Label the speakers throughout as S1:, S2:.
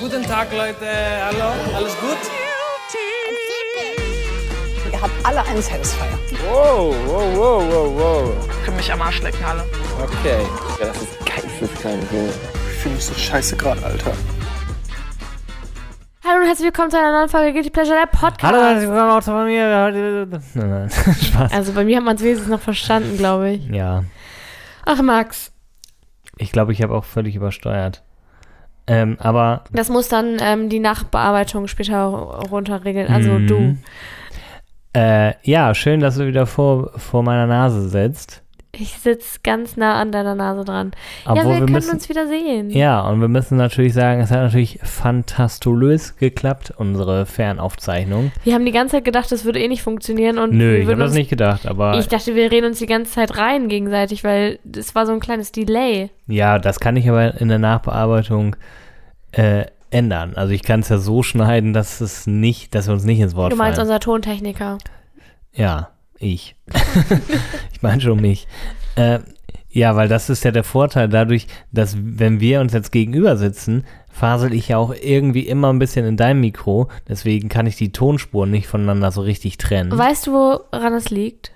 S1: Guten Tag, Leute. Hallo, alles gut?
S2: Ihr habt alle einen Satisfier.
S3: Wow, wow, wow, wow, wow.
S4: Können mich am Arsch lecken, alle.
S3: Okay. Ja, das ist geisteskrank, Junge.
S5: Ich finde das so scheiße gerade, Alter.
S6: Hallo und herzlich willkommen zu einer neuen Folge Guilty Pleasure der Podcast.
S7: Hallo, herzlich willkommen auch von mir. Nein, nein, Spaß.
S6: Also bei mir hat man es wenigstens noch verstanden, glaube ich.
S7: Ja,
S6: Ach, Max,
S7: ich glaube, ich habe auch völlig übersteuert. Ähm, aber
S6: das muss dann ähm, die Nachbearbeitung später runterregeln. Also du.
S7: Mhm. äh, ja, schön, dass du wieder vor, vor meiner Nase sitzt.
S6: Ich sitze ganz nah an deiner Nase dran. ja,
S7: Obwohl
S6: wir,
S7: wir
S6: können
S7: müssen-
S6: uns wieder sehen.
S7: Ja, und wir müssen natürlich sagen, es hat natürlich fantastulös geklappt, unsere Fernaufzeichnung.
S6: Wir haben die ganze Zeit gedacht, das würde eh nicht funktionieren. Und
S7: Nö,
S6: wir
S7: ich habe
S6: würden
S7: das
S6: uns,
S7: nicht gedacht, aber
S6: Ich dachte, wir reden uns die ganze Zeit rein gegenseitig, weil es war so ein kleines Delay.
S7: ja, das kann ich aber in der Nachbearbeitung äh, ändern. Also ich kann es ja so schneiden, dass es nicht, dass wir uns nicht ins Wort
S6: Du meinst
S7: fallen.
S6: unser Tontechniker.
S7: Ja, ich. ich meine schon mich. Äh, ja, weil das ist ja der Vorteil dadurch, dass wenn wir uns jetzt gegenüber sitzen, fasel ich ja auch irgendwie immer ein bisschen in dein Mikro. Deswegen kann ich die Tonspuren nicht voneinander so richtig trennen.
S6: Weißt du, woran es liegt?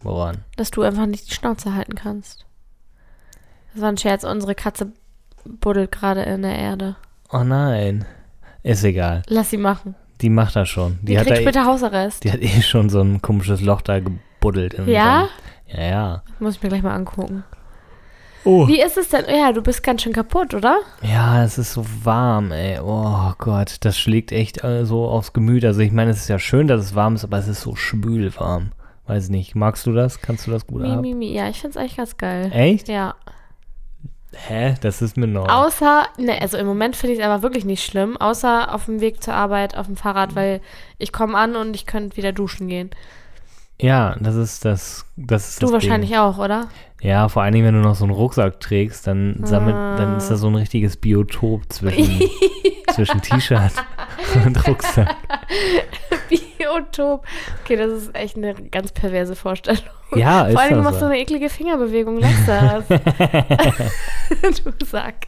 S7: Woran?
S6: dass du einfach nicht die Schnauze halten kannst. Das war ein Scherz. Unsere Katze buddelt gerade in der Erde.
S7: Oh nein. Ist egal.
S6: Lass sie machen.
S7: Die macht das schon. Die,
S6: Die
S7: hat, da
S6: kriegt
S7: eh,
S6: später Hausarrest.
S7: die hat eh schon so ein komisches Loch da gebuddelt. In
S6: Ja?
S7: So einem- ja, ja.
S6: Muss ich mir gleich mal angucken.
S7: Oh.
S6: Wie ist es denn? Ja, du bist ganz schön kaputt, oder?
S7: Ja, es ist so warm, ey. Oh Gott, das schlägt echt äh, so aufs Gemüt. Also ich meine, es ist ja schön, dass es warm ist, aber es ist so schwül warm. Weiß nicht, magst du das? Kannst du das gut
S6: Mi,
S7: ab?
S6: mi, mi. Ja, ich find's eigentlich ganz geil.
S7: Echt?
S6: Ja.
S7: Hä? Das ist mir neu.
S6: Außer, ne, also im Moment finde ich es aber wirklich nicht schlimm, außer auf dem Weg zur Arbeit, auf dem
S7: Mhm.
S6: Fahrrad, weil ich komme an und ich könnte wieder duschen gehen.
S7: ja, das ist das. das ist
S6: Du
S7: das
S6: wahrscheinlich auch, oder?
S7: Ding. Ja, vor allen Dingen, wenn du noch so einen Rucksack trägst, dann sammelt, dann ist da so ein richtiges Biotop zwischen, zwischen T-Shirt und Rucksack.
S6: Biotop. Okay, das ist echt eine ganz perverse Vorstellung.
S7: Ja, ist
S6: Vor allem
S7: das
S6: machst du
S7: so.
S6: eine eklige Fingerbewegung, lass das. du Sack.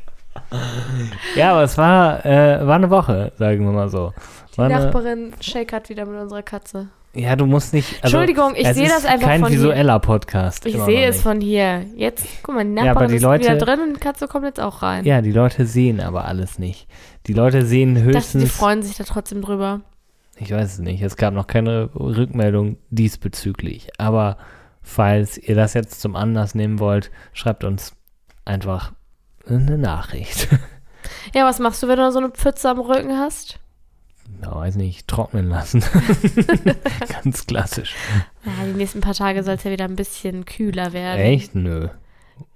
S7: Ja, aber es war, äh, war eine Woche, sagen wir mal so. War
S6: Die
S7: eine,
S6: Nachbarin shakert wieder mit unserer Katze.
S7: Ja, du musst nicht. Also,
S6: Entschuldigung, ich
S7: es
S6: sehe
S7: ist
S6: das einfach
S7: kein
S6: von hier.
S7: visueller Podcast.
S6: Ich
S7: immer
S6: sehe
S7: noch
S6: es
S7: nicht.
S6: von hier. Jetzt, guck mal, die
S7: Ja, aber
S6: Nachbarin
S7: die
S6: ist
S7: Leute-
S6: wieder drin und die Katze kommt jetzt auch rein.
S7: Ja, die Leute sehen aber alles nicht. Die Leute sehen
S6: ich dachte, die
S7: höchstens.
S6: freuen sich da trotzdem drüber.
S7: ich weiß es nicht. Es gab noch keine Rückmeldung diesbezüglich. Aber falls ihr das jetzt zum Anlass nehmen wollt, schreibt uns einfach eine Nachricht.
S6: Ja, was machst du, wenn du so eine Pfütze am Rücken hast?
S7: Ja, weiß nicht, trocknen lassen. Ganz klassisch.
S6: Ja, Ah, die nächsten paar Tage soll es ja wieder ein bisschen kühler werden.
S7: Echt? Nö.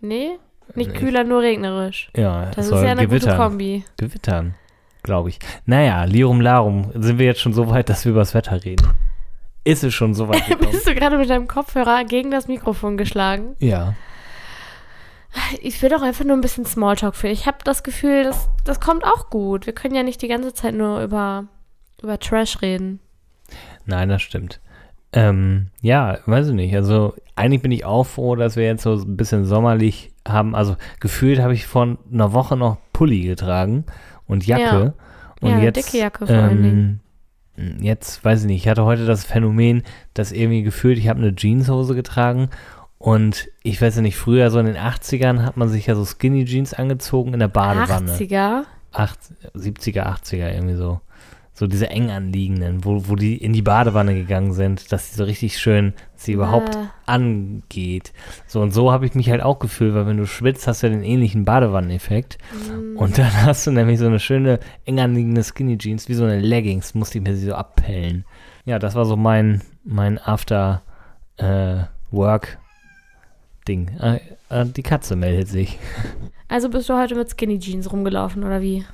S6: Nee? Nicht
S7: Nee.
S6: kühler, nur regnerisch.
S7: Ja, es
S6: Das ist
S7: soll
S6: ja eine
S7: gewittern.
S6: gute Kombi.
S7: Gewittern, glaube ich. Naja, Lirum Larum, sind wir jetzt schon so weit, dass wir über das Wetter reden? Ist es schon so weit gekommen?
S6: Bist du gerade mit deinem Kopfhörer gegen das Mikrofon geschlagen?
S7: ja.
S6: Ich will doch einfach nur ein bisschen Smalltalk führen. Ich habe das Gefühl, das, das kommt auch gut. Wir können ja nicht die ganze Zeit nur über, über Trash reden.
S7: Nein, das stimmt. Ähm, ja, weiß ich nicht. Also eigentlich bin ich auch froh, dass wir jetzt so ein bisschen sommerlich haben. Also gefühlt habe ich vor einer Woche noch Pulli getragen und Jacke.
S6: Ja.
S7: und
S6: Ja,
S7: jetzt,
S6: dicke Jacke vor allen Dingen.
S7: ähm, Jetzt weiß ich nicht. Ich hatte heute das Phänomen, dass irgendwie gefühlt, ich habe eine Jeanshose getragen und ich weiß ja nicht, früher so in den 80ern hat man sich ja so Skinny Jeans angezogen in der Badewanne.
S6: 80er?
S7: Acht, 70er, 80er irgendwie so. So diese eng anliegenden, wo, wo die in die Badewanne gegangen sind, dass sie so richtig schön, dass sie überhaupt
S6: Ah.
S7: angeht. So und so habe ich mich halt auch gefühlt, weil wenn du schwitzt, hast du ja den ähnlichen Badewanneneffekt. Und dann hast du nämlich so eine schöne eng anliegende Skinny Jeans, wie so eine Leggings, musste ich mir sie so abpellen. Ja, das war so mein, mein After äh, Work Ding. Äh, äh, die Katze meldet sich.
S6: Also bist du heute mit Skinny Jeans rumgelaufen oder wie?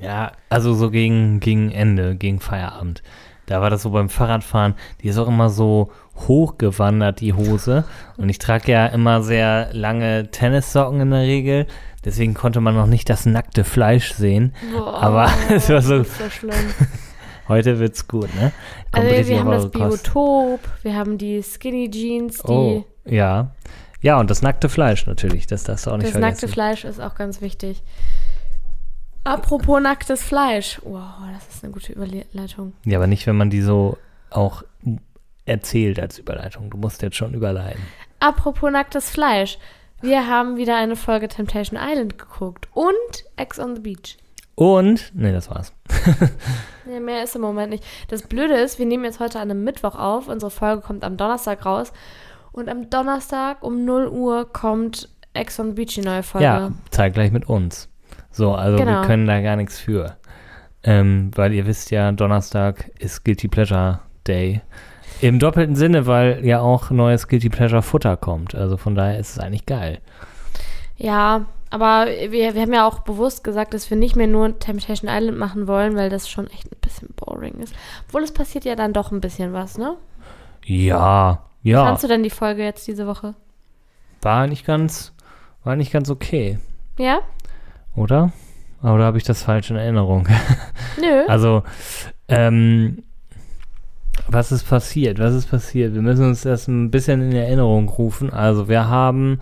S7: Ja, also so gegen, gegen Ende, gegen Feierabend. Da war das so beim Fahrradfahren, die ist auch immer so hochgewandert, die Hose. Und ich trage ja immer sehr lange Tennissocken in der Regel. Deswegen konnte man noch nicht das nackte Fleisch sehen.
S6: Boah,
S7: Aber es war so,
S6: Das ist so schlimm.
S7: heute wird's gut, ne? Kommt
S6: also
S7: richtig
S6: wir haben
S7: aber
S6: das
S7: raus.
S6: Biotop, wir haben die Skinny Jeans, die
S7: Oh, ja. Ja, und das nackte Fleisch natürlich, das darfst du auch nicht
S6: das
S7: vergessen.
S6: nackte Fleisch ist auch ganz wichtig. Apropos nacktes Fleisch. Wow, das ist eine gute Überleitung.
S7: Ja, aber nicht, wenn man die so auch erzählt als Überleitung. Du musst jetzt schon überleiten.
S6: Apropos nacktes Fleisch. Wir haben wieder eine Folge Temptation Island geguckt und Ex on the Beach.
S7: Und, nee, das war's.
S6: Ja, mehr ist im Moment nicht. Das Blöde ist, wir nehmen jetzt heute an einem Mittwoch auf. Unsere Folge kommt am Donnerstag raus. Und am Donnerstag um 0 Uhr kommt Ex on the Beach die neue Folge.
S7: Ja, zeitgleich mit uns. So, also
S6: Genau.
S7: wir können da gar nichts für. Ähm, weil ihr wisst ja, Donnerstag ist Guilty Pleasure Day. Im doppelten Sinne, weil ja auch neues Guilty Pleasure Futter kommt. Also von daher ist es eigentlich geil.
S6: Ja, aber wir, wir haben ja auch bewusst gesagt, dass wir nicht mehr nur Temptation Island machen wollen, weil das schon echt ein bisschen boring ist. Obwohl es passiert ja dann doch ein bisschen was, ne?
S7: Ja,
S6: Ja.
S7: ja.
S6: Fandst du denn die Folge jetzt diese Woche?
S7: War nicht ganz, war nicht ganz okay,
S6: Ja?
S7: oder? Oder habe ich das falsch in Erinnerung?
S6: Nö.
S7: Also, ähm, was ist passiert? Was ist passiert? Wir müssen uns das ein bisschen in Erinnerung rufen. Also, wir haben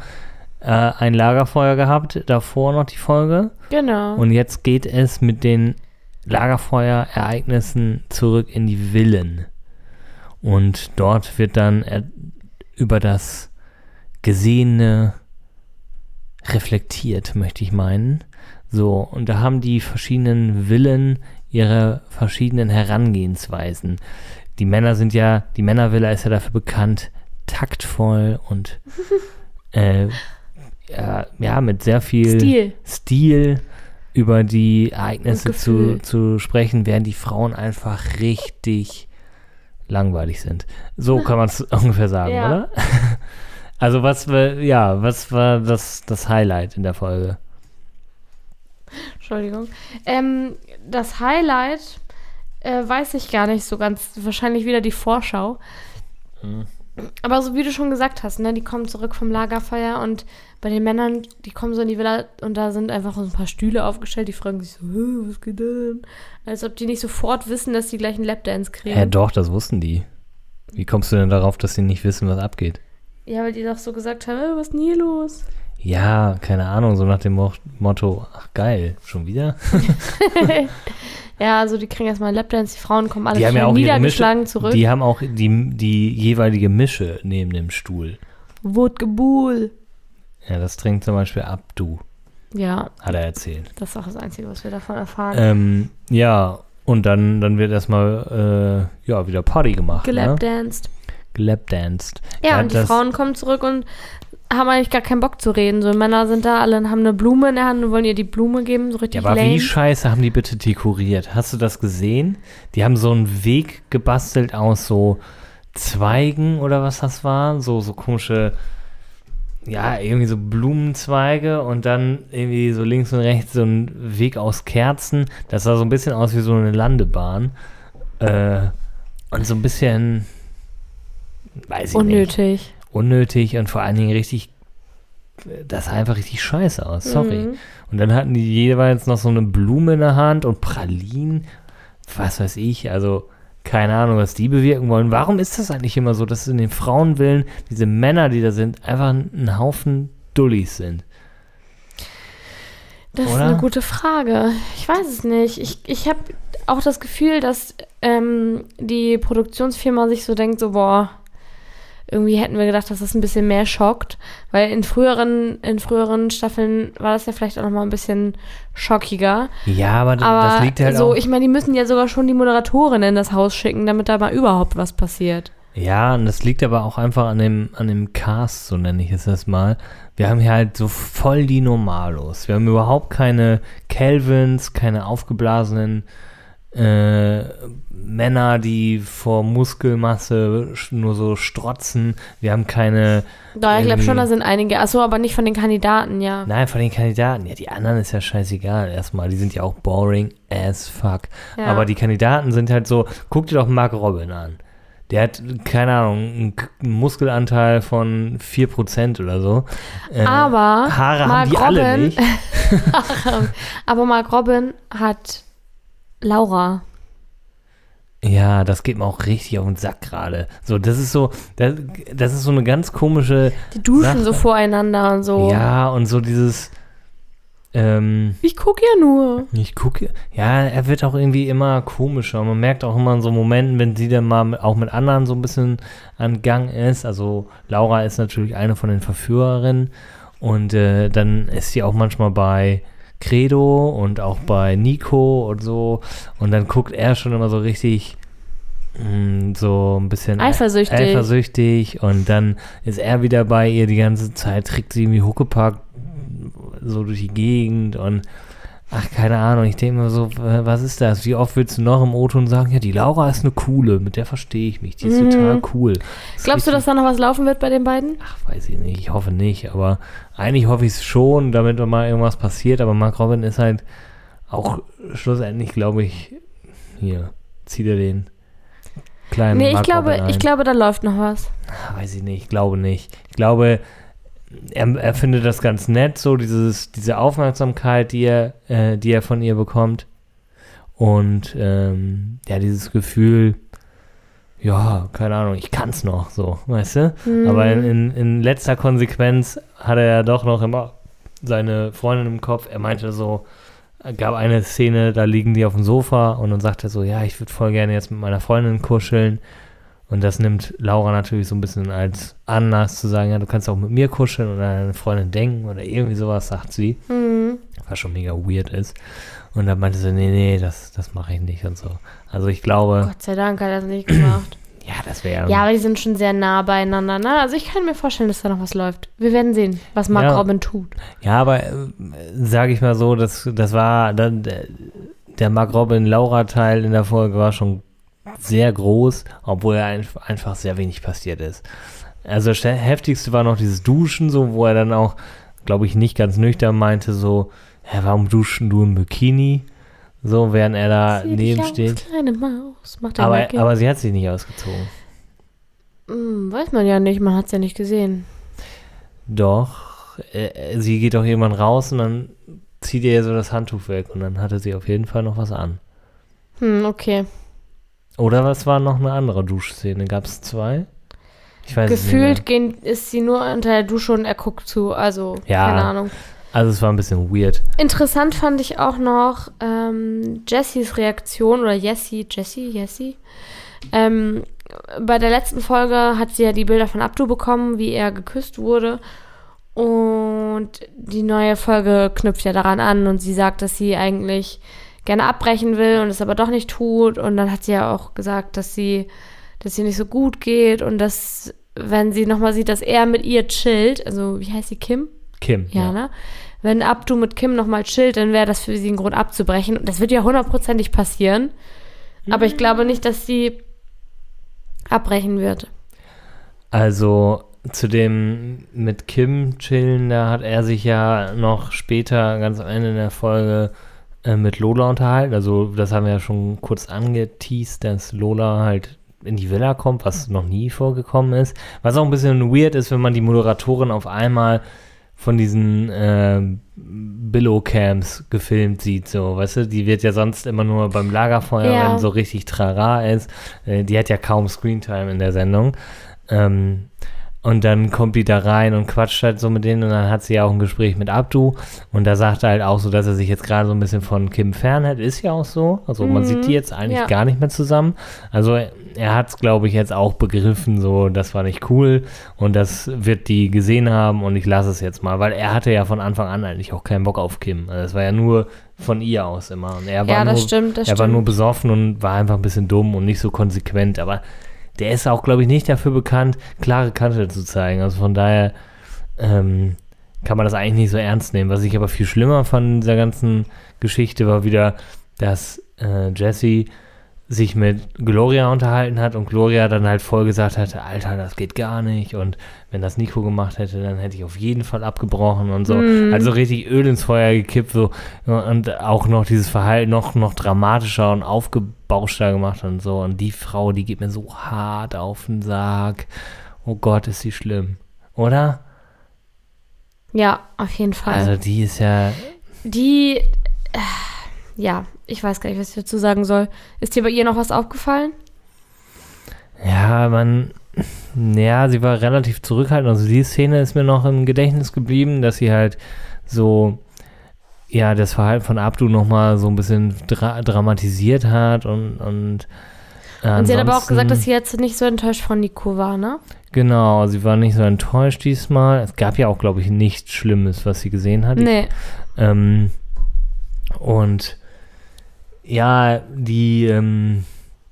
S7: äh, ein Lagerfeuer gehabt, davor noch die Folge.
S6: genau.
S7: Und jetzt geht es mit den Lagerfeuerereignissen zurück in die Villen. Und dort wird dann äh, über das Gesehene reflektiert, möchte ich meinen. So, und da haben die verschiedenen Villen ihre verschiedenen Herangehensweisen. Die Männer sind ja, die Männervilla ist ja dafür bekannt, taktvoll und äh, ja, ja, mit sehr viel
S6: Stil.
S7: Stil über die Ereignisse
S6: Und Gefühl.
S7: zu, zu sprechen, während die Frauen einfach richtig langweilig sind. So kann man es ungefähr sagen,
S6: Ja.
S7: oder? Also was war, ja, was war das, das Highlight in der Folge?
S6: Entschuldigung. Ähm, das Highlight äh, weiß ich gar nicht so ganz. Wahrscheinlich wieder die Vorschau.
S7: Hm.
S6: Aber so wie du schon gesagt hast, ne, die kommen zurück vom Lagerfeuer und bei den Männern, die kommen so in die Villa und da sind einfach so ein paar Stühle aufgestellt, die fragen sich so, "Hä, was geht denn? Als ob die nicht sofort wissen, dass die gleich einen Lapdance
S7: Ja.
S6: kriegen.
S7: doch, das wussten die. Wie kommst du denn darauf, dass sie nicht wissen, was abgeht?
S6: ja, weil die doch so gesagt haben, "Äh, was ist denn hier los?
S7: Ja, keine Ahnung, so nach dem Mo Motto, ach geil, schon wieder?
S6: Ja, also die kriegen erstmal einen Lapdance, die Frauen kommen alle
S7: die haben ja
S6: schnell
S7: auch ihre
S6: niedergeschlagen
S7: Mische,
S6: zurück.
S7: die haben auch die, die jeweilige Mische neben dem Stuhl.
S6: Wut gebuhl.
S7: Ja, das trinkt zum Beispiel Abdu,
S6: Ja,
S7: hat er erzählt.
S6: das ist auch das Einzige, was wir davon erfahren.
S7: Ähm, ja, und dann, dann wird erstmal äh, ja, wieder Party gemacht. Ne?
S6: Gelapdanced.
S7: Gelapdanced.
S6: Ja, und die
S7: das-
S6: Frauen kommen zurück und haben eigentlich gar keinen Bock zu reden. So Männer sind da, alle haben eine Blume in der Hand und wollen ihr die Blume geben, so
S7: Ja,
S6: richtig
S7: aber wie
S6: lame.
S7: scheiße haben die bitte dekoriert? Hast du das gesehen? Die haben so einen Weg gebastelt aus so Zweigen oder was das war. So, so komische, ja, irgendwie so Blumenzweige und dann irgendwie so links und rechts so ein Weg aus Kerzen. Das sah so ein bisschen aus wie so eine Landebahn. Äh, und so ein bisschen, weiß ich nicht.
S6: Unnötig.
S7: unnötig und vor allen Dingen richtig, das sah einfach richtig scheiße aus, sorry.
S6: Mhm.
S7: Und dann hatten die jeweils noch so eine Blume in der Hand und Pralinen, was weiß ich, also keine Ahnung, was die bewirken wollen. Warum ist das eigentlich immer so, dass in den Frauenwillen diese Männer, die da sind, einfach ein Haufen Dullis sind?
S6: Das ist
S7: Oder?
S6: eine gute Frage. Ich weiß es nicht. Ich, ich habe auch das Gefühl, dass ähm, die Produktionsfirma sich so denkt, so, boah, irgendwie hätten wir gedacht, dass das ein bisschen mehr schockt. Weil in früheren, in früheren Staffeln war das ja vielleicht auch nochmal ein bisschen schockiger.
S7: Ja, aber, d-
S6: Aber
S7: das liegt halt
S6: so,
S7: auch.
S6: ich meine, die müssen ja sogar schon die Moderatorin in das Haus schicken, damit da mal überhaupt was passiert.
S7: Ja, und das liegt aber auch einfach an dem, an dem Cast, so nenne ich es das mal. Wir haben hier halt so voll die Normalos. Wir haben überhaupt keine Calvins, keine aufgeblasenen äh, Männer, die vor Muskelmasse sch- nur so strotzen. Wir haben keine,
S6: Da, ich glaube
S7: Ähm.
S6: schon, da sind einige. Achso, aber nicht von den Kandidaten, ja.
S7: nein, von den Kandidaten. Ja, die anderen ist ja scheißegal erstmal. Die sind ja auch boring as fuck.
S6: ja.
S7: Aber die Kandidaten sind halt so, guck dir doch Mark Robin an. Der hat, keine Ahnung, einen K- einen Muskelanteil von 4% oder so. Äh,
S6: aber
S7: Haare
S6: Mark
S7: haben die alle
S6: Robin-
S7: nicht.
S6: Aber Mark Robin hat Laura.
S7: Ja, das geht mir auch richtig auf den Sack gerade. So, das ist so, das, das ist so eine ganz komische,
S6: Die duschen
S7: Sache.
S6: Oh. so voreinander und so.
S7: ja, und so dieses, Ähm,
S6: Ich gucke ja nur.
S7: ich gucke, ja, er wird auch irgendwie immer komischer. Und man merkt auch immer in so Momenten, wenn sie dann mal mit, auch mit anderen so ein bisschen an Gang ist. Also Laura ist natürlich eine von den Verführerinnen. Und äh, dann ist sie auch manchmal bei Credo und auch bei Nico und so. Und dann guckt er schon immer so richtig mh, so ein bisschen
S6: Eifersüchtig.
S7: eifersüchtig. Und dann ist er wieder bei ihr die ganze Zeit, trägt sie irgendwie Huckepack so durch die Gegend und Ach, keine Ahnung, ich denke mir so, w- was ist das? Wie oft willst du noch im O-Ton sagen, ja, die Laura ist eine coole, mit der verstehe ich mich, die
S6: Mhm.
S7: ist total cool. Ist
S6: Glaubst du, dass
S7: richtig-
S6: da noch was laufen wird bei den beiden?
S7: Ach, weiß ich nicht, ich hoffe nicht, aber eigentlich hoffe ich es schon, damit mal irgendwas passiert, aber Mark Robin ist halt auch schlussendlich, glaube ich, hier, zieht er den kleinen
S6: Nee, ich
S7: Mark
S6: glaube,
S7: Robin ein.
S6: ich glaube, da läuft noch was.
S7: Ah, Weiß ich nicht, ich glaube nicht. Ich glaube, er, er findet das ganz nett, so dieses, diese Aufmerksamkeit, die er, äh, die er von ihr bekommt. Und ähm, ja, dieses Gefühl, ja, keine Ahnung, ich kann's noch, so, weißt du? Aber in, in, in letzter Konsequenz hat er ja doch noch immer seine Freundin im Kopf. Er meinte so, äh, gab eine Szene, da liegen die auf dem Sofa und dann sagt er so, ja, ich würde voll gerne jetzt mit meiner Freundin kuscheln. Und das nimmt Laura natürlich so ein bisschen als Anlass zu sagen, ja, du kannst auch mit mir kuscheln oder an deine Freundin denken oder irgendwie sowas, sagt sie.
S6: Mhm.
S7: Was schon mega weird ist. Und dann meinte sie, nee, nee, das, das mache ich nicht und so. Also ich glaube,
S6: Gott sei Dank hat er das nicht gemacht.
S7: ja, das wäre
S6: Oh ja, aber die sind schon sehr nah beieinander. Ne? Also ich kann mir vorstellen, dass da noch was läuft. Wir werden sehen, was Mark
S7: Ja.
S6: Robin tut.
S7: Ja, aber sage ich mal so, das, das war dann der- der Mark Robin Laura Teil in der Folge war schon sehr groß, obwohl er einf- einfach sehr wenig passiert ist. Also das heftigste war noch dieses Duschen, so wo er dann auch, glaube ich, nicht ganz nüchtern meinte, so, hä, warum duschen du im Bikini? So, während er da
S6: Zieh dich
S7: Äh, neben
S6: aus,
S7: steht.
S6: Kleine Maus, macht er
S7: Aber, aber sie hat sich nicht ausgezogen.
S6: hm, Weiß man ja nicht, man hat es ja nicht gesehen.
S7: Doch, äh, sie geht doch irgendwann raus und dann zieht ihr so das Handtuch weg und dann hatte sie auf jeden Fall noch was an.
S6: Hm, okay.
S7: Oder was war noch eine andere Duschszene? Gab es zwei? Ich weiß es
S6: Gefühlt
S7: nicht.
S6: gehen, ist sie nur unter der Dusche und er guckt zu. Also,
S7: Ja.
S6: keine Ahnung.
S7: Mehr. Also es war ein bisschen weird.
S6: Interessant fand ich auch noch ähm, Jessys Reaktion oder Jessie, Jessie, Jessie. Ähm, bei der letzten Folge hat sie ja die Bilder von Abdu bekommen, wie er geküsst wurde. Und die neue Folge knüpft ja daran an und sie sagt, dass sie eigentlich gerne abbrechen will und es aber doch nicht tut. Und dann hat sie ja auch gesagt, dass sie, dass ihr nicht so gut geht und dass, wenn sie nochmal sieht, dass er mit ihr chillt, also wie heißt sie, Kim?
S7: Kim.
S6: Ja, ne? Wenn Abdu mit Kim nochmal chillt, dann wäre das für sie ein Grund abzubrechen. Und das wird ja hundertprozentig passieren. Aber ich glaube nicht, dass sie abbrechen wird.
S7: Also zu dem mit Kim chillen, da hat er sich ja noch später, ganz am Ende der Folge, äh, mit Lola unterhalten. Also das haben wir ja schon kurz angeteased, dass Lola halt in die Villa kommt, was noch nie vorgekommen ist. Was auch ein bisschen weird ist, wenn man die Moderatorin auf einmal von diesen äh, Billow-Camps gefilmt sieht, so, weißt du, die wird ja sonst immer nur beim Lagerfeuer,
S6: Ja.
S7: wenn so richtig Trara ist, äh, die hat ja kaum Screentime in der Sendung. Ähm, und dann kommt die da rein und quatscht halt so mit denen und dann hat sie ja auch ein Gespräch mit Abdu und da sagt er halt auch so, dass er sich jetzt gerade so ein bisschen von Kim fernhält, ist ja auch so, also man
S6: Mhm.
S7: sieht die jetzt eigentlich
S6: Ja.
S7: gar nicht mehr zusammen, also er hat es glaube ich jetzt auch begriffen, so, das war nicht cool und das wird die gesehen haben und ich lasse es jetzt mal, weil er hatte ja von Anfang an eigentlich auch keinen Bock auf Kim, also das war ja nur von ihr aus immer und er war
S6: ja, das
S7: nur,
S6: stimmt, das
S7: er war
S6: stimmt.
S7: nur besoffen und war einfach ein bisschen dumm und nicht so konsequent. Aber der ist auch, glaube ich, nicht dafür bekannt, klare Kante zu zeigen. Also von daher ähm, kann man das eigentlich nicht so ernst nehmen. Was ich aber viel schlimmer fand in dieser ganzen Geschichte war wieder, dass äh, Jesse sich mit Gloria unterhalten hat und Gloria dann halt voll gesagt hatte, Alter, das geht gar nicht und wenn das Nico gemacht hätte, dann hätte ich auf jeden Fall abgebrochen und so. Also richtig Öl ins Feuer gekippt so und auch noch dieses Verhalten noch, noch dramatischer und aufgebauschter gemacht und so. Und die Frau, die geht mir so hart auf den Sack. Oh Gott, ist sie schlimm. Oder?
S6: ja, auf jeden Fall.
S7: Also die ist ja,
S6: die, äh, ja, ich weiß gar nicht, was ich dazu sagen soll. Ist dir bei ihr noch was aufgefallen?
S7: ja, man, ja, sie war relativ zurückhaltend. Also die Szene ist mir noch im Gedächtnis geblieben, dass sie halt so, ihr- ja, das Verhalten von Abdu nochmal so ein bisschen dra dramatisiert hat und. Und, äh,
S6: Und sie hat aber auch gesagt, dass
S7: ansonsten-
S6: sie jetzt nicht so enttäuscht von Nico war, ne?
S7: Genau, sie war nicht so enttäuscht diesmal. Es gab ja auch, glaube ich, nichts Schlimmes, was sie gesehen hat.
S6: Nee.
S7: Ähm, und ja, die, ähm,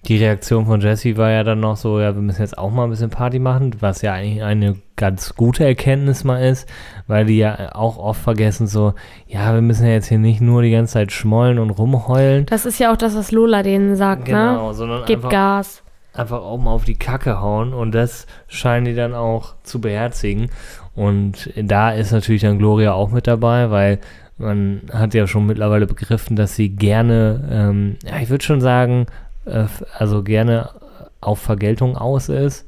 S7: die Reaktion von Jesse war ja dann noch so, ja, wir müssen jetzt auch mal ein bisschen Party machen, was ja eigentlich eine ganz gute Erkenntnis mal ist, weil die ja auch oft vergessen so, ja, wir müssen ja jetzt hier nicht nur die ganze Zeit schmollen und rumheulen.
S6: Das ist ja auch das, was Lola denen sagt, ne?
S7: sondern
S6: Gib
S7: Genau. einfach,
S6: Gas.
S7: einfach auch mal auf die Kacke hauen und das scheinen die dann auch zu beherzigen. Und da ist natürlich dann Gloria auch mit dabei, weil man hat ja schon mittlerweile begriffen, dass sie gerne, ähm, ja, ich würde schon sagen, äh, f- also gerne auf Vergeltung aus ist.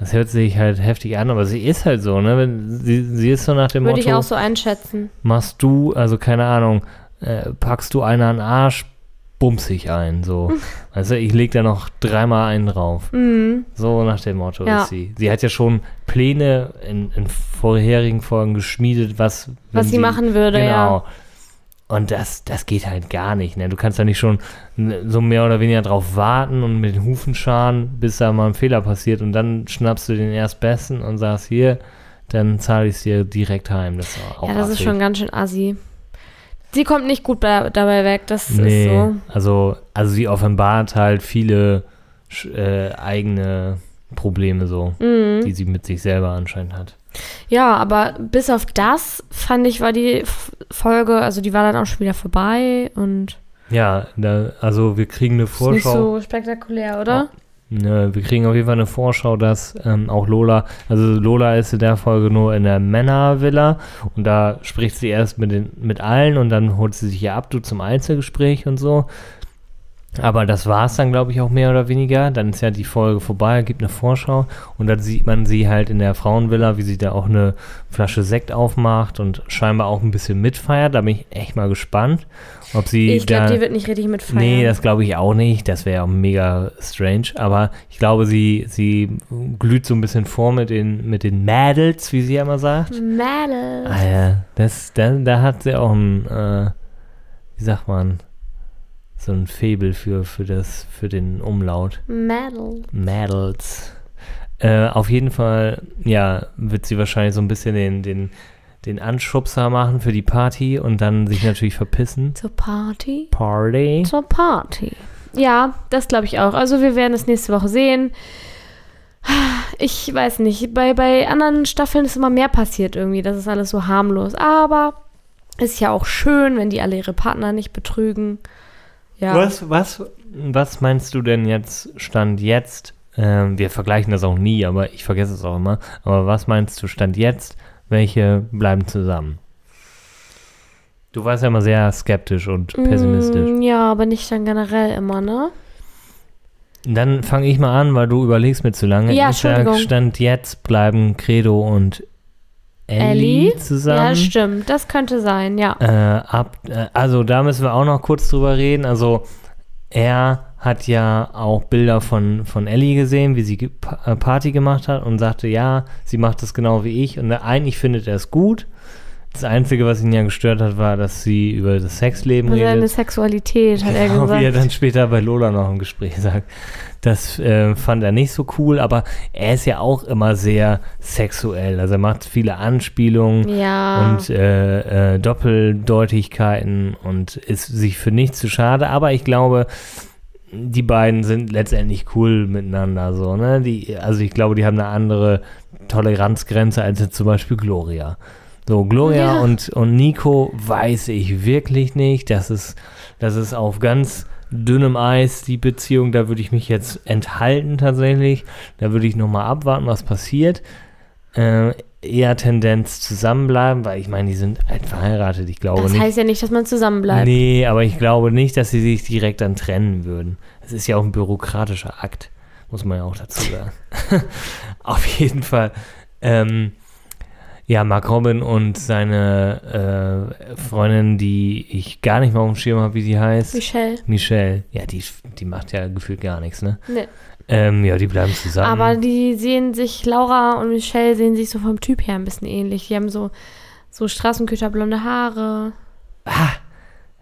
S7: Das hört sich halt heftig an, aber sie ist halt so, ne? Wenn, sie, sie ist so nach dem
S6: Würde
S7: Motto,
S6: ich auch so einschätzen.
S7: machst du, also keine Ahnung, äh, packst du einer an den Arsch, bumst ich ein, so. Also ich leg da noch dreimal einen drauf.
S6: Mhm.
S7: So nach dem Motto
S6: Ja.
S7: ist sie. Sie hat ja schon Pläne in, in vorherigen Folgen geschmiedet, was, wenn
S6: Was sie machen würde, ja.
S7: Genau. Und das, das geht halt gar nicht. Ne? Du kannst ja nicht schon ne, so mehr oder weniger drauf warten und mit den Hufen scharen, bis da mal ein Fehler passiert. Und dann schnappst du den Erstbesten und sagst, hier, dann zahle ich es dir direkt heim. Das ist auch
S6: Ja, das ist
S7: affig.
S6: schon ganz schön assi. Sie kommt nicht gut da- dabei weg, das
S7: Nee,
S6: ist so.
S7: also, also sie offenbart halt viele sch- äh, eigene Probleme so,
S6: Mhm.
S7: die sie mit sich selber anscheinend hat.
S6: Ja, aber bis auf das fand ich, war die F- Folge, also die war dann auch schon wieder vorbei und
S7: Ja, da, also wir kriegen eine
S6: ist nicht
S7: Vorschau.
S6: so spektakulär, oder?
S7: Ne, wir kriegen auf jeden Fall eine Vorschau, dass ähm, auch Lola, also Lola ist in der Folge nur in der Männervilla und da spricht sie erst mit, den, mit allen und dann holt sie sich ihr Abdu zum Einzelgespräch und so. Aber das war es dann, glaube ich, auch mehr oder weniger. Dann ist ja die Folge vorbei, gibt eine Vorschau und dann sieht man sie halt in der Frauenvilla, wie sie da auch eine Flasche Sekt aufmacht und scheinbar auch ein bisschen mitfeiert. Da bin ich echt mal gespannt, ob sie
S6: Ich
S7: da
S6: glaube, die wird nicht richtig mitfeiern.
S7: Nee, das glaube ich auch nicht. Das wäre auch mega strange. Aber ich glaube, sie, sie glüht so ein bisschen vor mit den, mit den Mädels, wie sie ja immer sagt.
S6: Mhm. Mädel.
S7: Ah ja, das, da, da hat sie auch ein, äh, wie sagt man, so ein Faible für, für, das, für den Umlaut.
S6: Mädel.
S7: Mädels. Äh, auf jeden Fall, ja, wird sie wahrscheinlich so ein bisschen den, den, den Anschubser machen für die Party und dann sich natürlich verpissen.
S6: Zur Party.
S7: Party.
S6: Zur Party. Ja, das glaube ich auch. Also wir werden es nächste Woche sehen. Ich weiß nicht, bei, bei anderen Staffeln ist immer mehr passiert irgendwie. Das ist alles so harmlos. Aber ist ja auch schön, wenn die alle ihre Partner nicht betrügen. Ja.
S7: Was, was, was meinst du denn jetzt, Stand jetzt? Ähm, wir vergleichen das auch nie, aber ich vergesse es auch immer. Aber was meinst du, Stand jetzt? Welche bleiben zusammen? Du warst ja immer sehr skeptisch und pessimistisch.
S6: Mm, Ja, aber nicht dann generell immer, ne?
S7: Dann fange ich mal an, weil du überlegst mir zu lange.
S6: Ja,
S7: ich sag,
S6: Entschuldigung.
S7: Stand jetzt bleiben Credo und Ellie,
S6: Ellie? Ja,
S7: zusammen.
S6: das stimmt. Das könnte sein, ja.
S7: Äh, ab, äh, also da müssen wir auch noch kurz drüber reden. Also er hat ja auch Bilder von, von Ellie gesehen, wie sie ge- pa- äh, Party gemacht hat und sagte, ja, sie macht das genau wie ich. Und eigentlich findet er es gut. Das Einzige, was ihn ja gestört hat, war, dass sie über das Sexleben
S6: Über seine
S7: redet.
S6: Sexualität, hat
S7: Genau,
S6: er
S7: wie er
S6: gesagt.
S7: dann später bei Lola noch im Gespräch sagt. Das äh, fand er nicht so cool, aber er ist ja auch immer sehr sexuell. Also er macht viele Anspielungen
S6: Ja.
S7: und äh, äh, Doppeldeutigkeiten und ist sich für nichts zu schade. Aber ich glaube, die beiden sind letztendlich cool miteinander. So, ne? die, also ich glaube, die haben eine andere Toleranzgrenze als jetzt zum Beispiel Gloria. So, Gloria
S6: Ja.
S7: und, und Nico weiß ich wirklich nicht. Das ist, das ist auf ganz dünnem Eis die Beziehung. Da würde ich mich jetzt enthalten tatsächlich. Da würde ich nochmal abwarten, was passiert. Äh, eher Tendenz zusammenbleiben, weil ich meine, die sind halt verheiratet. Ich glaube
S6: das
S7: nicht.
S6: heißt ja nicht, dass man zusammen bleibt.
S7: Nee, aber ich glaube nicht, dass sie sich direkt dann trennen würden. Es ist ja auch ein bürokratischer Akt, muss man ja auch dazu sagen. Auf jeden Fall. Ähm, ja, Mark Robin und seine äh, Freundin, die ich gar nicht mal auf dem Schirm habe, wie die heißt.
S6: Michelle.
S7: Michelle. Ja, die, die macht ja gefühlt gar nichts, ne?
S6: Nee.
S7: Ähm, ja, die bleiben zusammen.
S6: Aber die sehen sich, Laura und Michelle sehen sich so vom Typ her ein bisschen ähnlich. Die haben so, so straßenköterblonde Haare.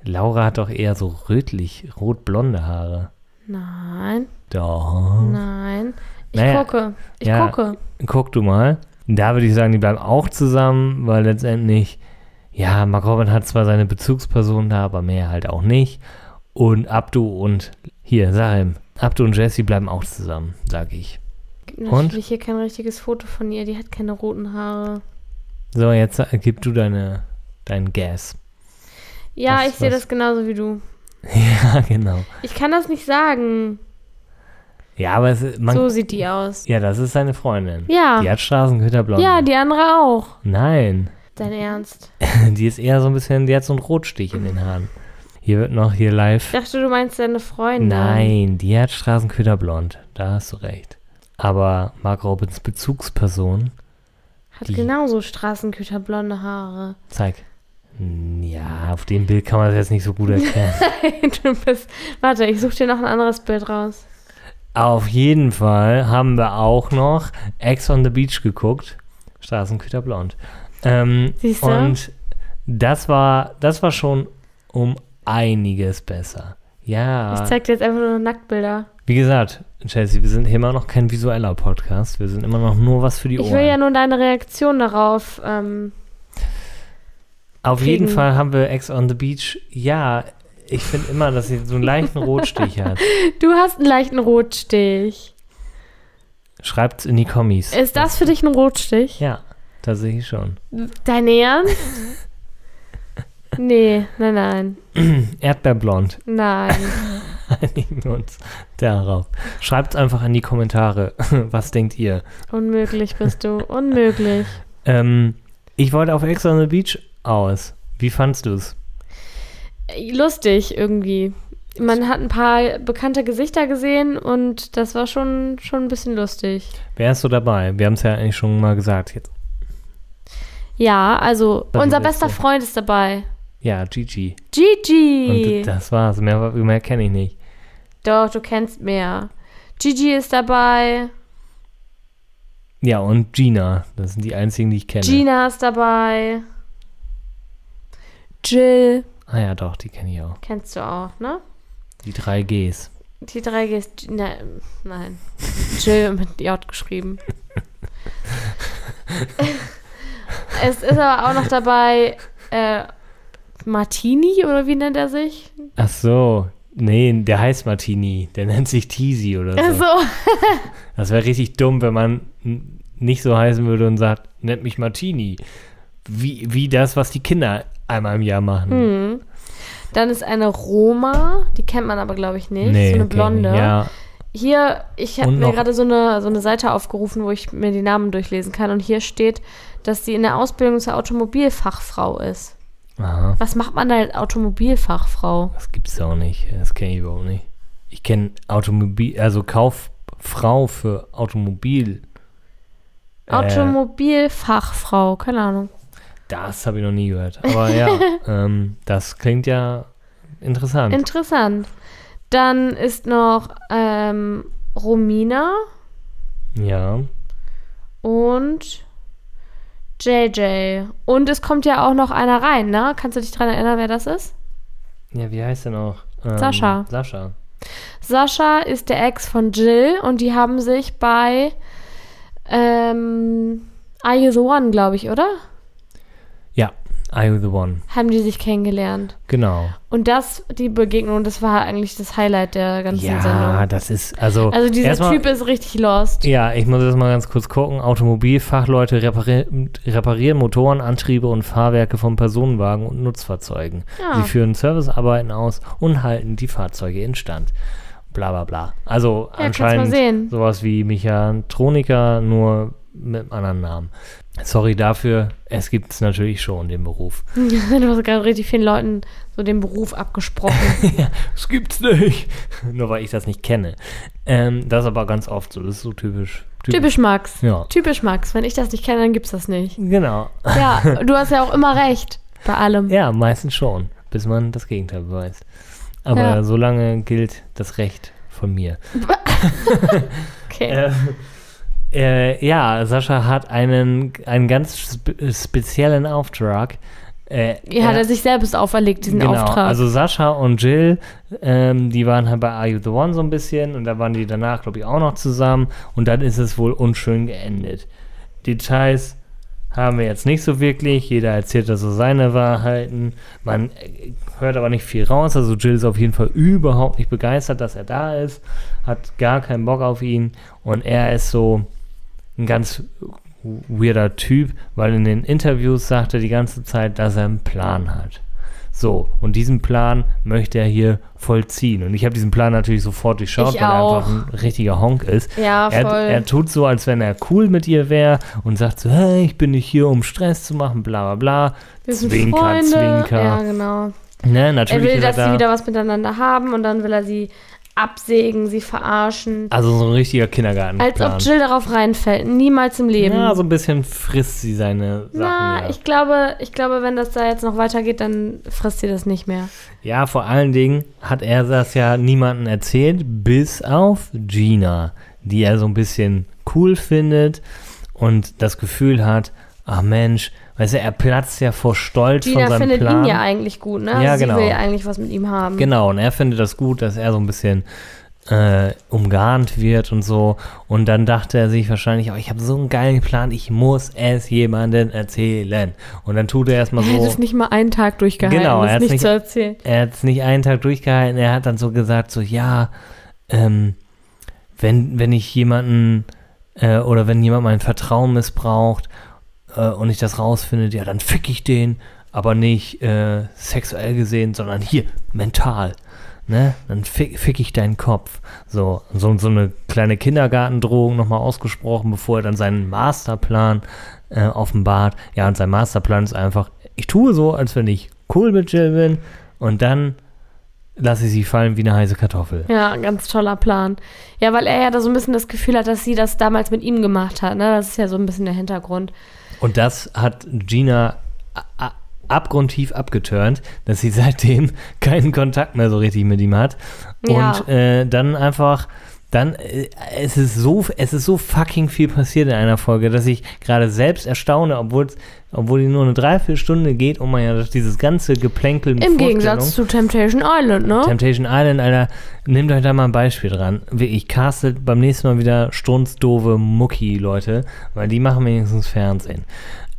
S7: Laura hat doch eher so rötlich, rot-blonde Haare.
S6: Nein,
S7: Doch.
S6: nein. Ich
S7: Naja,
S6: gucke. Ich
S7: ja.
S6: gucke.
S7: Guck du mal. Da würde ich sagen, die bleiben auch zusammen, weil letztendlich, ja, Mark Robin hat zwar seine Bezugsperson da, aber mehr halt auch nicht. Und Abdu und, hier, Sarim, Abdu und Jesse bleiben auch zusammen, sag ich.
S6: Gibt
S7: Und?
S6: natürlich hier kein richtiges Foto von ihr. Die hat keine roten Haare.
S7: So, jetzt äh, gib du deine, dein Gas.
S6: Ja,
S7: Was-
S6: ich sehe
S7: was-
S6: das genauso wie du.
S7: ja, genau.
S6: Ich kann das nicht sagen.
S7: Ja, aber es, man,
S6: so sieht die aus.
S7: ja, das ist seine Freundin.
S6: Ja.
S7: Die hat Straßenköterblond.
S6: Ja, die andere auch.
S7: Nein.
S6: Dein Ernst.
S7: Die ist eher so ein bisschen, die hat so einen Rotstich in den Haaren. Hier wird noch hier live.
S6: Ich dachte, du meinst deine Freundin.
S7: Nein, die hat Straßenköderblond. Da hast du recht. Aber Mark Robins Bezugsperson,
S6: Hat
S7: Die-
S6: genauso straßenköterblonde Haare.
S7: zeig. Hm, Ja, auf dem Bild kann man das jetzt nicht so gut erkennen.
S6: du bist. Warte, ich suche dir noch ein anderes Bild raus.
S7: auf jeden Fall haben wir auch noch Ex on the Beach geguckt. Straßenköderblond. Ähm,
S6: Siehst du?
S7: und das war, das war schon um einiges besser. Ja.
S6: Ich zeig dir jetzt einfach nur noch Nacktbilder.
S7: Wie gesagt, Chelsea, wir sind hier immer noch kein visueller Podcast. Wir sind immer noch nur was für die
S6: Ich
S7: Ohren.
S6: will ja nur deine Reaktion darauf. Ähm,
S7: Auf jeden
S6: kriegen.
S7: Fall haben wir Ex on the Beach. Ja, ich finde immer, dass sie so einen leichten Rotstich hat.
S6: du hast einen leichten Rotstich.
S7: Schreibt's in die Kommis.
S6: Ist das für dich ein Rotstich?
S7: Ja, tatsächlich schon.
S6: Dein Ernst? nee, nein, nein.
S7: Erdbeerblond.
S6: Nein.
S7: Einigen wir uns darauf. Schreibt's einfach in die Kommentare. Was denkt ihr?
S6: Unmöglich bist du. Unmöglich.
S7: Ähm, ich wollte auf Ex on the Beach aus. Wie fandst du's?
S6: lustig irgendwie. Man hat ein paar bekannte Gesichter gesehen und das war schon, schon ein bisschen lustig.
S7: Wer ist so dabei? Wir haben's ja eigentlich schon mal gesagt. Jetzt.
S6: Ja, also
S7: War die
S6: unser
S7: beste.
S6: bester Freund ist dabei.
S7: Ja, Gigi.
S6: Gigi!
S7: Und das war's. Mehr, mehr kenne ich nicht.
S6: Doch, du kennst mehr. Gigi ist dabei,
S7: Ja, und Gina. Das sind die einzigen, die ich kenne.
S6: Gina ist dabei, Jill
S7: Ah ja, doch, die kenne ich auch.
S6: kennst du auch, ne?
S7: Die drei Gs.
S6: Die drei G ist. Nein, nein. Jill mit J geschrieben. es ist aber auch noch dabei, äh, Martini oder wie nennt er sich?
S7: Ach so. Nee, der heißt Martini. Der nennt sich Tizi oder so.
S6: Also,
S7: Das wäre richtig dumm, wenn man n- nicht so heißen würde und sagt, nennt mich Martini. Wie, wie das, was die Kinder einmal im Jahr machen.
S6: Hm, dann ist eine Roma, die kennt man aber, glaube ich, nicht. so eine
S7: kenn ich.
S6: Blonde.
S7: Ja,
S6: Hier, ich habe
S7: Und
S6: mir
S7: noch-
S6: gerade so eine, so eine Seite aufgerufen, wo ich mir die Namen durchlesen kann. Und hier steht, dass sie in der Ausbildung zur Automobilfachfrau ist.
S7: aha.
S6: Was macht man da als Automobilfachfrau?
S7: Das gibt's auch nicht. Das kenne ich überhaupt nicht. Ich kenne Automobil, also Kauffrau für Automobil. Äh,
S6: Automobilfachfrau, keine Ahnung.
S7: Das habe ich noch nie gehört. Aber ja, ähm, das klingt ja interessant.
S6: Interessant. Dann ist noch ähm, Romina
S7: ja.
S6: und JJ. Und es kommt ja auch noch einer rein, ne? Kannst du dich dran erinnern, wer das ist?
S7: Ja, wie heißt der noch? Ähm,
S6: Sascha.
S7: Sascha.
S6: Sascha ist der Ex von Jill und die haben sich bei ähm, Are You the One, glaube ich, oder?
S7: Ja, Are You the One.
S6: Haben die sich kennengelernt.
S7: Genau.
S6: Und das, die Begegnung, das war eigentlich das Highlight der ganzen
S7: Ja,
S6: Sendung.
S7: das ist, also.
S6: Also dieser
S7: erstmal-
S6: Typ ist richtig lost.
S7: Ja, ich muss jetzt mal ganz kurz gucken. Automobilfachleute reparieren, reparieren Motoren, Antriebe und Fahrwerke von Personenwagen und Nutzfahrzeugen.
S6: Ja.
S7: Sie führen Servicearbeiten aus und halten die Fahrzeuge instand. Bla bla bla. Also
S6: kannst mal
S7: anscheinend
S6: sehen.
S7: sowas wie Mechatroniker, nur mit einem anderen Namen. Sorry dafür, es gibt es natürlich schon, den Beruf.
S6: Du hast gerade richtig vielen Leuten so den Beruf abgesprochen.
S7: Es gibt's nicht. nur weil ich das nicht kenne. Ähm, das ist aber ganz oft so. Das ist so typisch.
S6: Typisch Max.
S7: Ja.
S6: Typisch Max. Wenn ich das nicht kenne, dann gibt's das nicht.
S7: Genau.
S6: Ja, du hast ja auch immer recht bei allem.
S7: Ja, meistens schon, bis man das Gegenteil beweist. Aber
S6: Ja.
S7: solange gilt das Recht von mir.
S6: Okay.
S7: Äh, äh, ja, Sascha hat einen, einen ganz spe speziellen Auftrag, Äh,
S6: Ja, hat er sich selbst auferlegt, diesen
S7: genau,
S6: Auftrag.
S7: Also Sascha und Jill, ähm, die waren halt bei Are You the One so ein bisschen und da waren die danach, glaube ich, auch noch zusammen und dann ist es wohl unschön geendet. Details haben wir jetzt nicht so wirklich. Jeder erzählt da so seine Wahrheiten. Man äh, hört aber nicht viel raus. Also Jill ist auf jeden Fall überhaupt nicht begeistert, dass er da ist, hat gar keinen Bock auf ihn und er ist so ein ganz weirder Typ, weil in den Interviews sagt er die ganze Zeit, dass er einen Plan hat. So, und diesen Plan möchte er hier vollziehen. Und ich habe diesen Plan natürlich sofort durchschaut,
S6: Ich
S7: weil
S6: auch.
S7: er einfach ein richtiger Honk ist.
S6: Ja,
S7: er,
S6: voll.
S7: er tut so, als wenn er cool mit ihr wäre und sagt so, hey, ich bin nicht hier, um Stress zu machen, bla bla bla.
S6: Wir sind
S7: Zwinker,
S6: Freunde.
S7: Zwinker.
S6: Ja, genau.
S7: Ne,
S6: Er
S7: natürlich
S6: will,
S7: ist er
S6: dass sie
S7: da.
S6: wieder was miteinander haben und dann will er sie absägen, sie verarschen.
S7: also so ein richtiger Kindergarten.
S6: Als ob Jill darauf reinfällt. Niemals im Leben.
S7: Ja, so ein bisschen frisst sie seine Sachen.
S6: Na,
S7: ja.
S6: ich glaube, ich glaube, wenn das da jetzt noch weitergeht, dann frisst sie das nicht mehr.
S7: Ja, vor allen Dingen hat er das ja niemandem erzählt, bis auf Gina, die er so ein bisschen cool findet und das Gefühl hat, ach Mensch, weißt du, er platzt ja vor Stolz von
S6: Gina
S7: seinem
S6: findet
S7: Plan.
S6: ihn ja eigentlich gut, ne?
S7: Ja,
S6: Also
S7: genau.
S6: Sie will ja eigentlich was mit ihm haben.
S7: Genau, und er findet das gut, dass er so ein bisschen äh, umgarnt wird und so. Und dann dachte er sich wahrscheinlich, oh, ich habe so einen geilen Plan, ich muss es jemandem erzählen. Und dann tut er erstmal
S6: Er
S7: so.
S6: hat es nicht mal einen Tag durchgehalten,
S7: Genau, er
S6: das
S7: hat's
S6: nicht
S7: nicht-
S6: zu erzählen.
S7: er hat es nicht einen Tag durchgehalten. Er hat dann so gesagt, so ja, ähm, wenn, wenn ich jemanden äh, oder wenn jemand mein Vertrauen missbraucht äh, und ich das rausfinde, ja, dann fick ich den, aber nicht äh, sexuell gesehen, sondern hier, mental. Ne? Dann fick, fick ich deinen Kopf. So, so, so eine kleine Kindergartendrohung nochmal ausgesprochen, bevor er dann seinen Masterplan äh, offenbart. Ja, und sein Masterplan ist einfach, ich tue so, als wenn ich cool mit Jill bin und dann lasse ich sie fallen wie eine heiße Kartoffel.
S6: Ja, ganz toller Plan. Ja, weil er ja da so ein bisschen das Gefühl hat, dass sie das damals mit ihm gemacht hat, ne? Das ist ja so ein bisschen der Hintergrund.
S7: Und das hat Gina a- a- abgrundtief abgeturnt, dass sie seitdem keinen Kontakt mehr so richtig mit ihm hat.
S6: Ja.
S7: Und äh, dann einfach, dann, äh, es ist so, es ist so fucking viel passiert in einer Folge, dass ich gerade selbst erstaune, obwohl obwohl die nur eine Dreiviertelstunde geht und man ja durch dieses ganze Geplänkel mit
S6: Im
S7: Vorstellung-
S6: Gegensatz zu Temptation Island, ne?
S7: Temptation Island, Alter, nehmt euch da mal ein Beispiel dran. Wirklich, castet beim nächsten Mal wieder strunzdove Mucki-Leute, weil die machen wenigstens Fernsehen.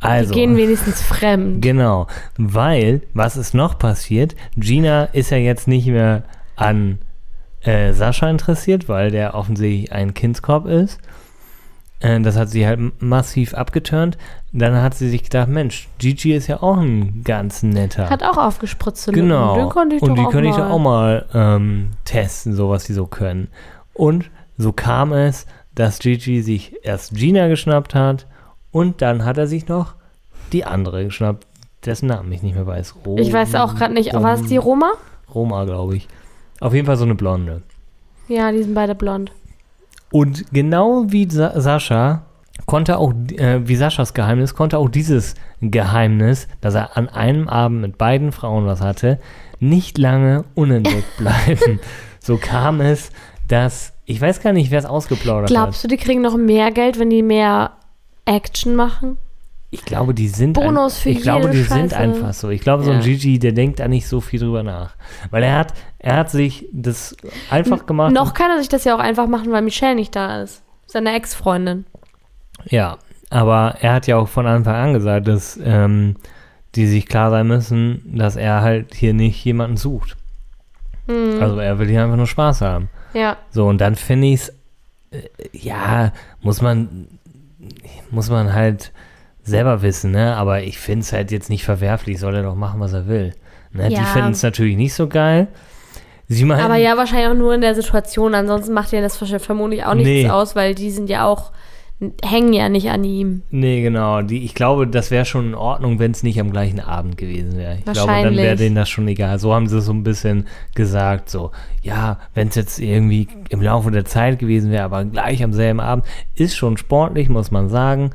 S7: Also,
S6: Die gehen wenigstens fremd.
S7: genau, weil, was ist noch passiert? Gina ist ja jetzt nicht mehr an äh, Sascha interessiert, weil der offensichtlich ein Kindskorb ist. Äh, Das hat sie halt m- massiv abgeturnt. Dann hat sie sich gedacht, Mensch, Gigi ist ja auch ein ganz netter.
S6: Hat auch aufgespritzte Lippen.
S7: Genau.
S6: Den konnte ich
S7: und
S6: doch
S7: die
S6: auch
S7: könnte
S6: mal.
S7: ich doch auch mal ähm, testen, so was die so können. Und so kam es, dass Gigi sich erst Gina geschnappt hat und dann hat er sich noch die andere geschnappt, dessen Namen ich nicht mehr weiß. Ro
S6: Ich weiß auch gerade nicht,
S7: Rom-
S6: war es die Roma?
S7: Roma, glaube ich. Auf jeden Fall so eine Blonde.
S6: Ja, die sind beide blond.
S7: Und genau wie Sa Sascha konnte auch, äh, wie Saschas Geheimnis, konnte auch dieses Geheimnis, dass er an einem Abend mit beiden Frauen was hatte, nicht lange unentdeckt bleiben. so kam es, dass, ich weiß gar nicht, wer es ausgeplaudert
S6: Glaubst
S7: hat.
S6: du, die kriegen noch mehr Geld, wenn die mehr Action machen?
S7: Ich glaube, die sind,
S6: Bonus für
S7: ich glaube,
S6: jede
S7: die sind
S6: Scheiße.
S7: einfach so. Ich glaube, so ein
S6: Ja.
S7: Gigi, der denkt da nicht so viel drüber nach. Weil er hat, er hat sich das einfach gemacht.
S6: Noch kann er sich das ja auch einfach machen, weil Michelle nicht da ist. Seine Ex-Freundin.
S7: Ja, aber er hat ja auch von Anfang an gesagt, dass ähm, die sich klar sein müssen, dass er halt hier nicht jemanden sucht.
S6: Hm.
S7: Also er will hier einfach nur Spaß haben.
S6: Ja.
S7: So, und dann finde ich es, äh, ja, muss man, muss man halt selber wissen, ne? Aber ich finde es halt jetzt nicht verwerflich, soll er doch machen, was er will. Ne?
S6: Ja.
S7: Die finden es natürlich nicht so geil. Sie meinen,
S6: Aber ja, wahrscheinlich auch nur in der Situation. Ansonsten macht ihr das vermutlich auch nichts
S7: Nee.
S6: aus, weil die sind ja auch, hängen ja nicht an ihm.
S7: Nee, genau. Die, ich glaube, das wäre schon in Ordnung, wenn es nicht am gleichen Abend gewesen wäre. Ich glaube, dann wäre
S6: Wahrscheinlich.
S7: denen das schon egal. So haben sie es so ein bisschen gesagt. So, ja, wenn es jetzt irgendwie im Laufe der Zeit gewesen wäre, aber gleich am selben Abend, ist schon sportlich, muss man sagen.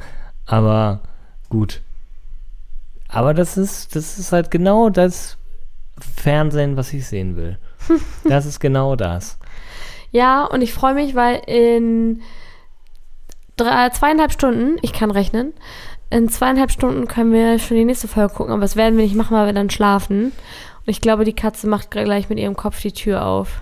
S7: Aber gut. Aber das ist, das ist halt genau das Fernsehen, was ich sehen will. Das ist genau das.
S6: Ja, und ich äh, freue mich, weil in drei, zweieinhalb Stunden, ich kann rechnen, in zweieinhalb Stunden können wir schon die nächste Folge gucken, aber das werden wir nicht machen, weil wir dann schlafen. Und ich glaube, die Katze macht gleich mit ihrem Kopf die Tür auf.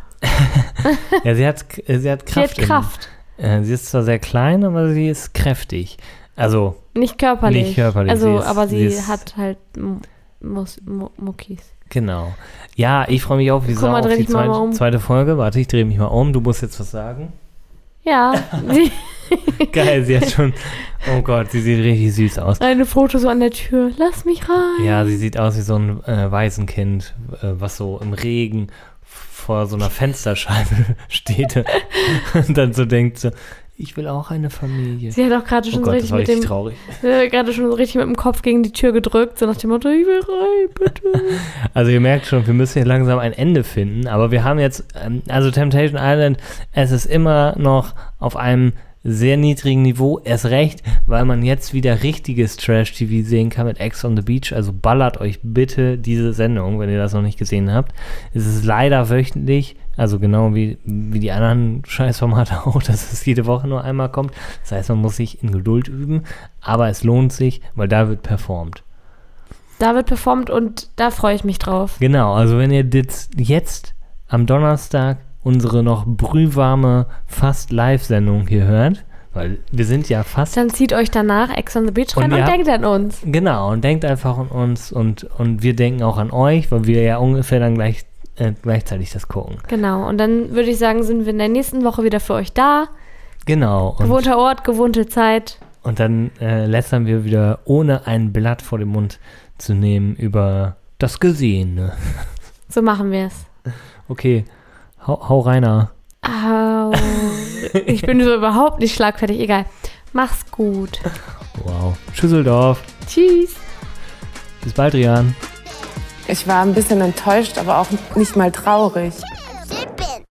S7: Ja, sie hat, äh, sie hat
S6: Sie
S7: Kraft.
S6: hat Kraft,
S7: In, äh, sie ist zwar sehr klein, aber sie ist kräftig. Also,
S6: nicht körperlich.
S7: Nicht körperlich,
S6: Also,
S7: sie ist-
S6: aber sie,
S7: sie ist-
S6: hat halt M- Mus Mu- Muckis.
S7: genau. Ja, ich freue mich auch, wie
S6: Guck mal,
S7: gesagt,
S6: dreh
S7: auf die
S6: dich mal mal
S7: zweite,
S6: um.
S7: zweite Folge. Warte, ich drehe mich mal um. Du musst jetzt was sagen.
S6: Ja, sie,
S7: Geil, sie hat schon. Oh Gott, sie sieht richtig süß aus.
S6: eine Foto so an der Tür. Lass mich rein.
S7: Ja, sie sieht aus wie so ein äh, Waisenkind, äh, was so im Regen vor so einer Fensterscheibe steht und dann so denkt so, ich will auch eine Familie.
S6: Sie hat auch gerade
S7: Oh
S6: schon so
S7: Gott,
S6: richtig
S7: das war
S6: mit
S7: richtig
S6: dem
S7: traurig.
S6: Sie hat gerade schon so richtig mit dem Kopf gegen die Tür gedrückt, so nach dem Motto, ich will rein, bitte.
S7: Also ihr merkt schon, wir müssen hier langsam ein Ende finden, aber wir haben jetzt, ähm, also Temptation Island, es ist immer noch auf einem sehr niedrigen Niveau, erst recht, weil man jetzt wieder richtiges Trash-TV sehen kann mit Ex on the Beach, also ballert euch bitte diese Sendung, wenn ihr das noch nicht gesehen habt. Es ist leider wöchentlich, also genau wie, wie die anderen Scheißformate auch, dass es jede Woche nur einmal kommt. Das heißt, man muss sich in Geduld üben, aber es lohnt sich, weil da wird performt.
S6: Da wird performt und da freue ich mich drauf.
S7: Genau, also wenn ihr dit- jetzt am Donnerstag unsere noch brühwarme, fast Live-Sendung hier hört, weil wir sind ja fast.
S6: Dann zieht euch danach Ex on the Beach
S7: Und
S6: rein und,
S7: ihr habt-
S6: denkt an uns.
S7: Genau, und denkt einfach an uns und, und wir denken auch an euch, weil wir ja ungefähr dann gleich, äh, gleichzeitig das gucken.
S6: Genau. Und dann würde ich sagen, sind wir in der nächsten Woche wieder für euch da.
S7: Genau, und,
S6: Gewohnter Ort, gewohnte Zeit.
S7: und dann äh, lästern wir wieder, ohne ein Blatt vor den Mund zu nehmen, über das Gesehene.
S6: So machen wir es.
S7: Okay, hau, ah. hau reiner.
S6: Au. ich bin so überhaupt nicht schlagfertig. Egal. Mach's gut.
S7: Wow. Schüsseldorf.
S6: Tschüss.
S7: Bis bald, Rian.
S4: Ich war ein bisschen enttäuscht, aber auch nicht mal traurig.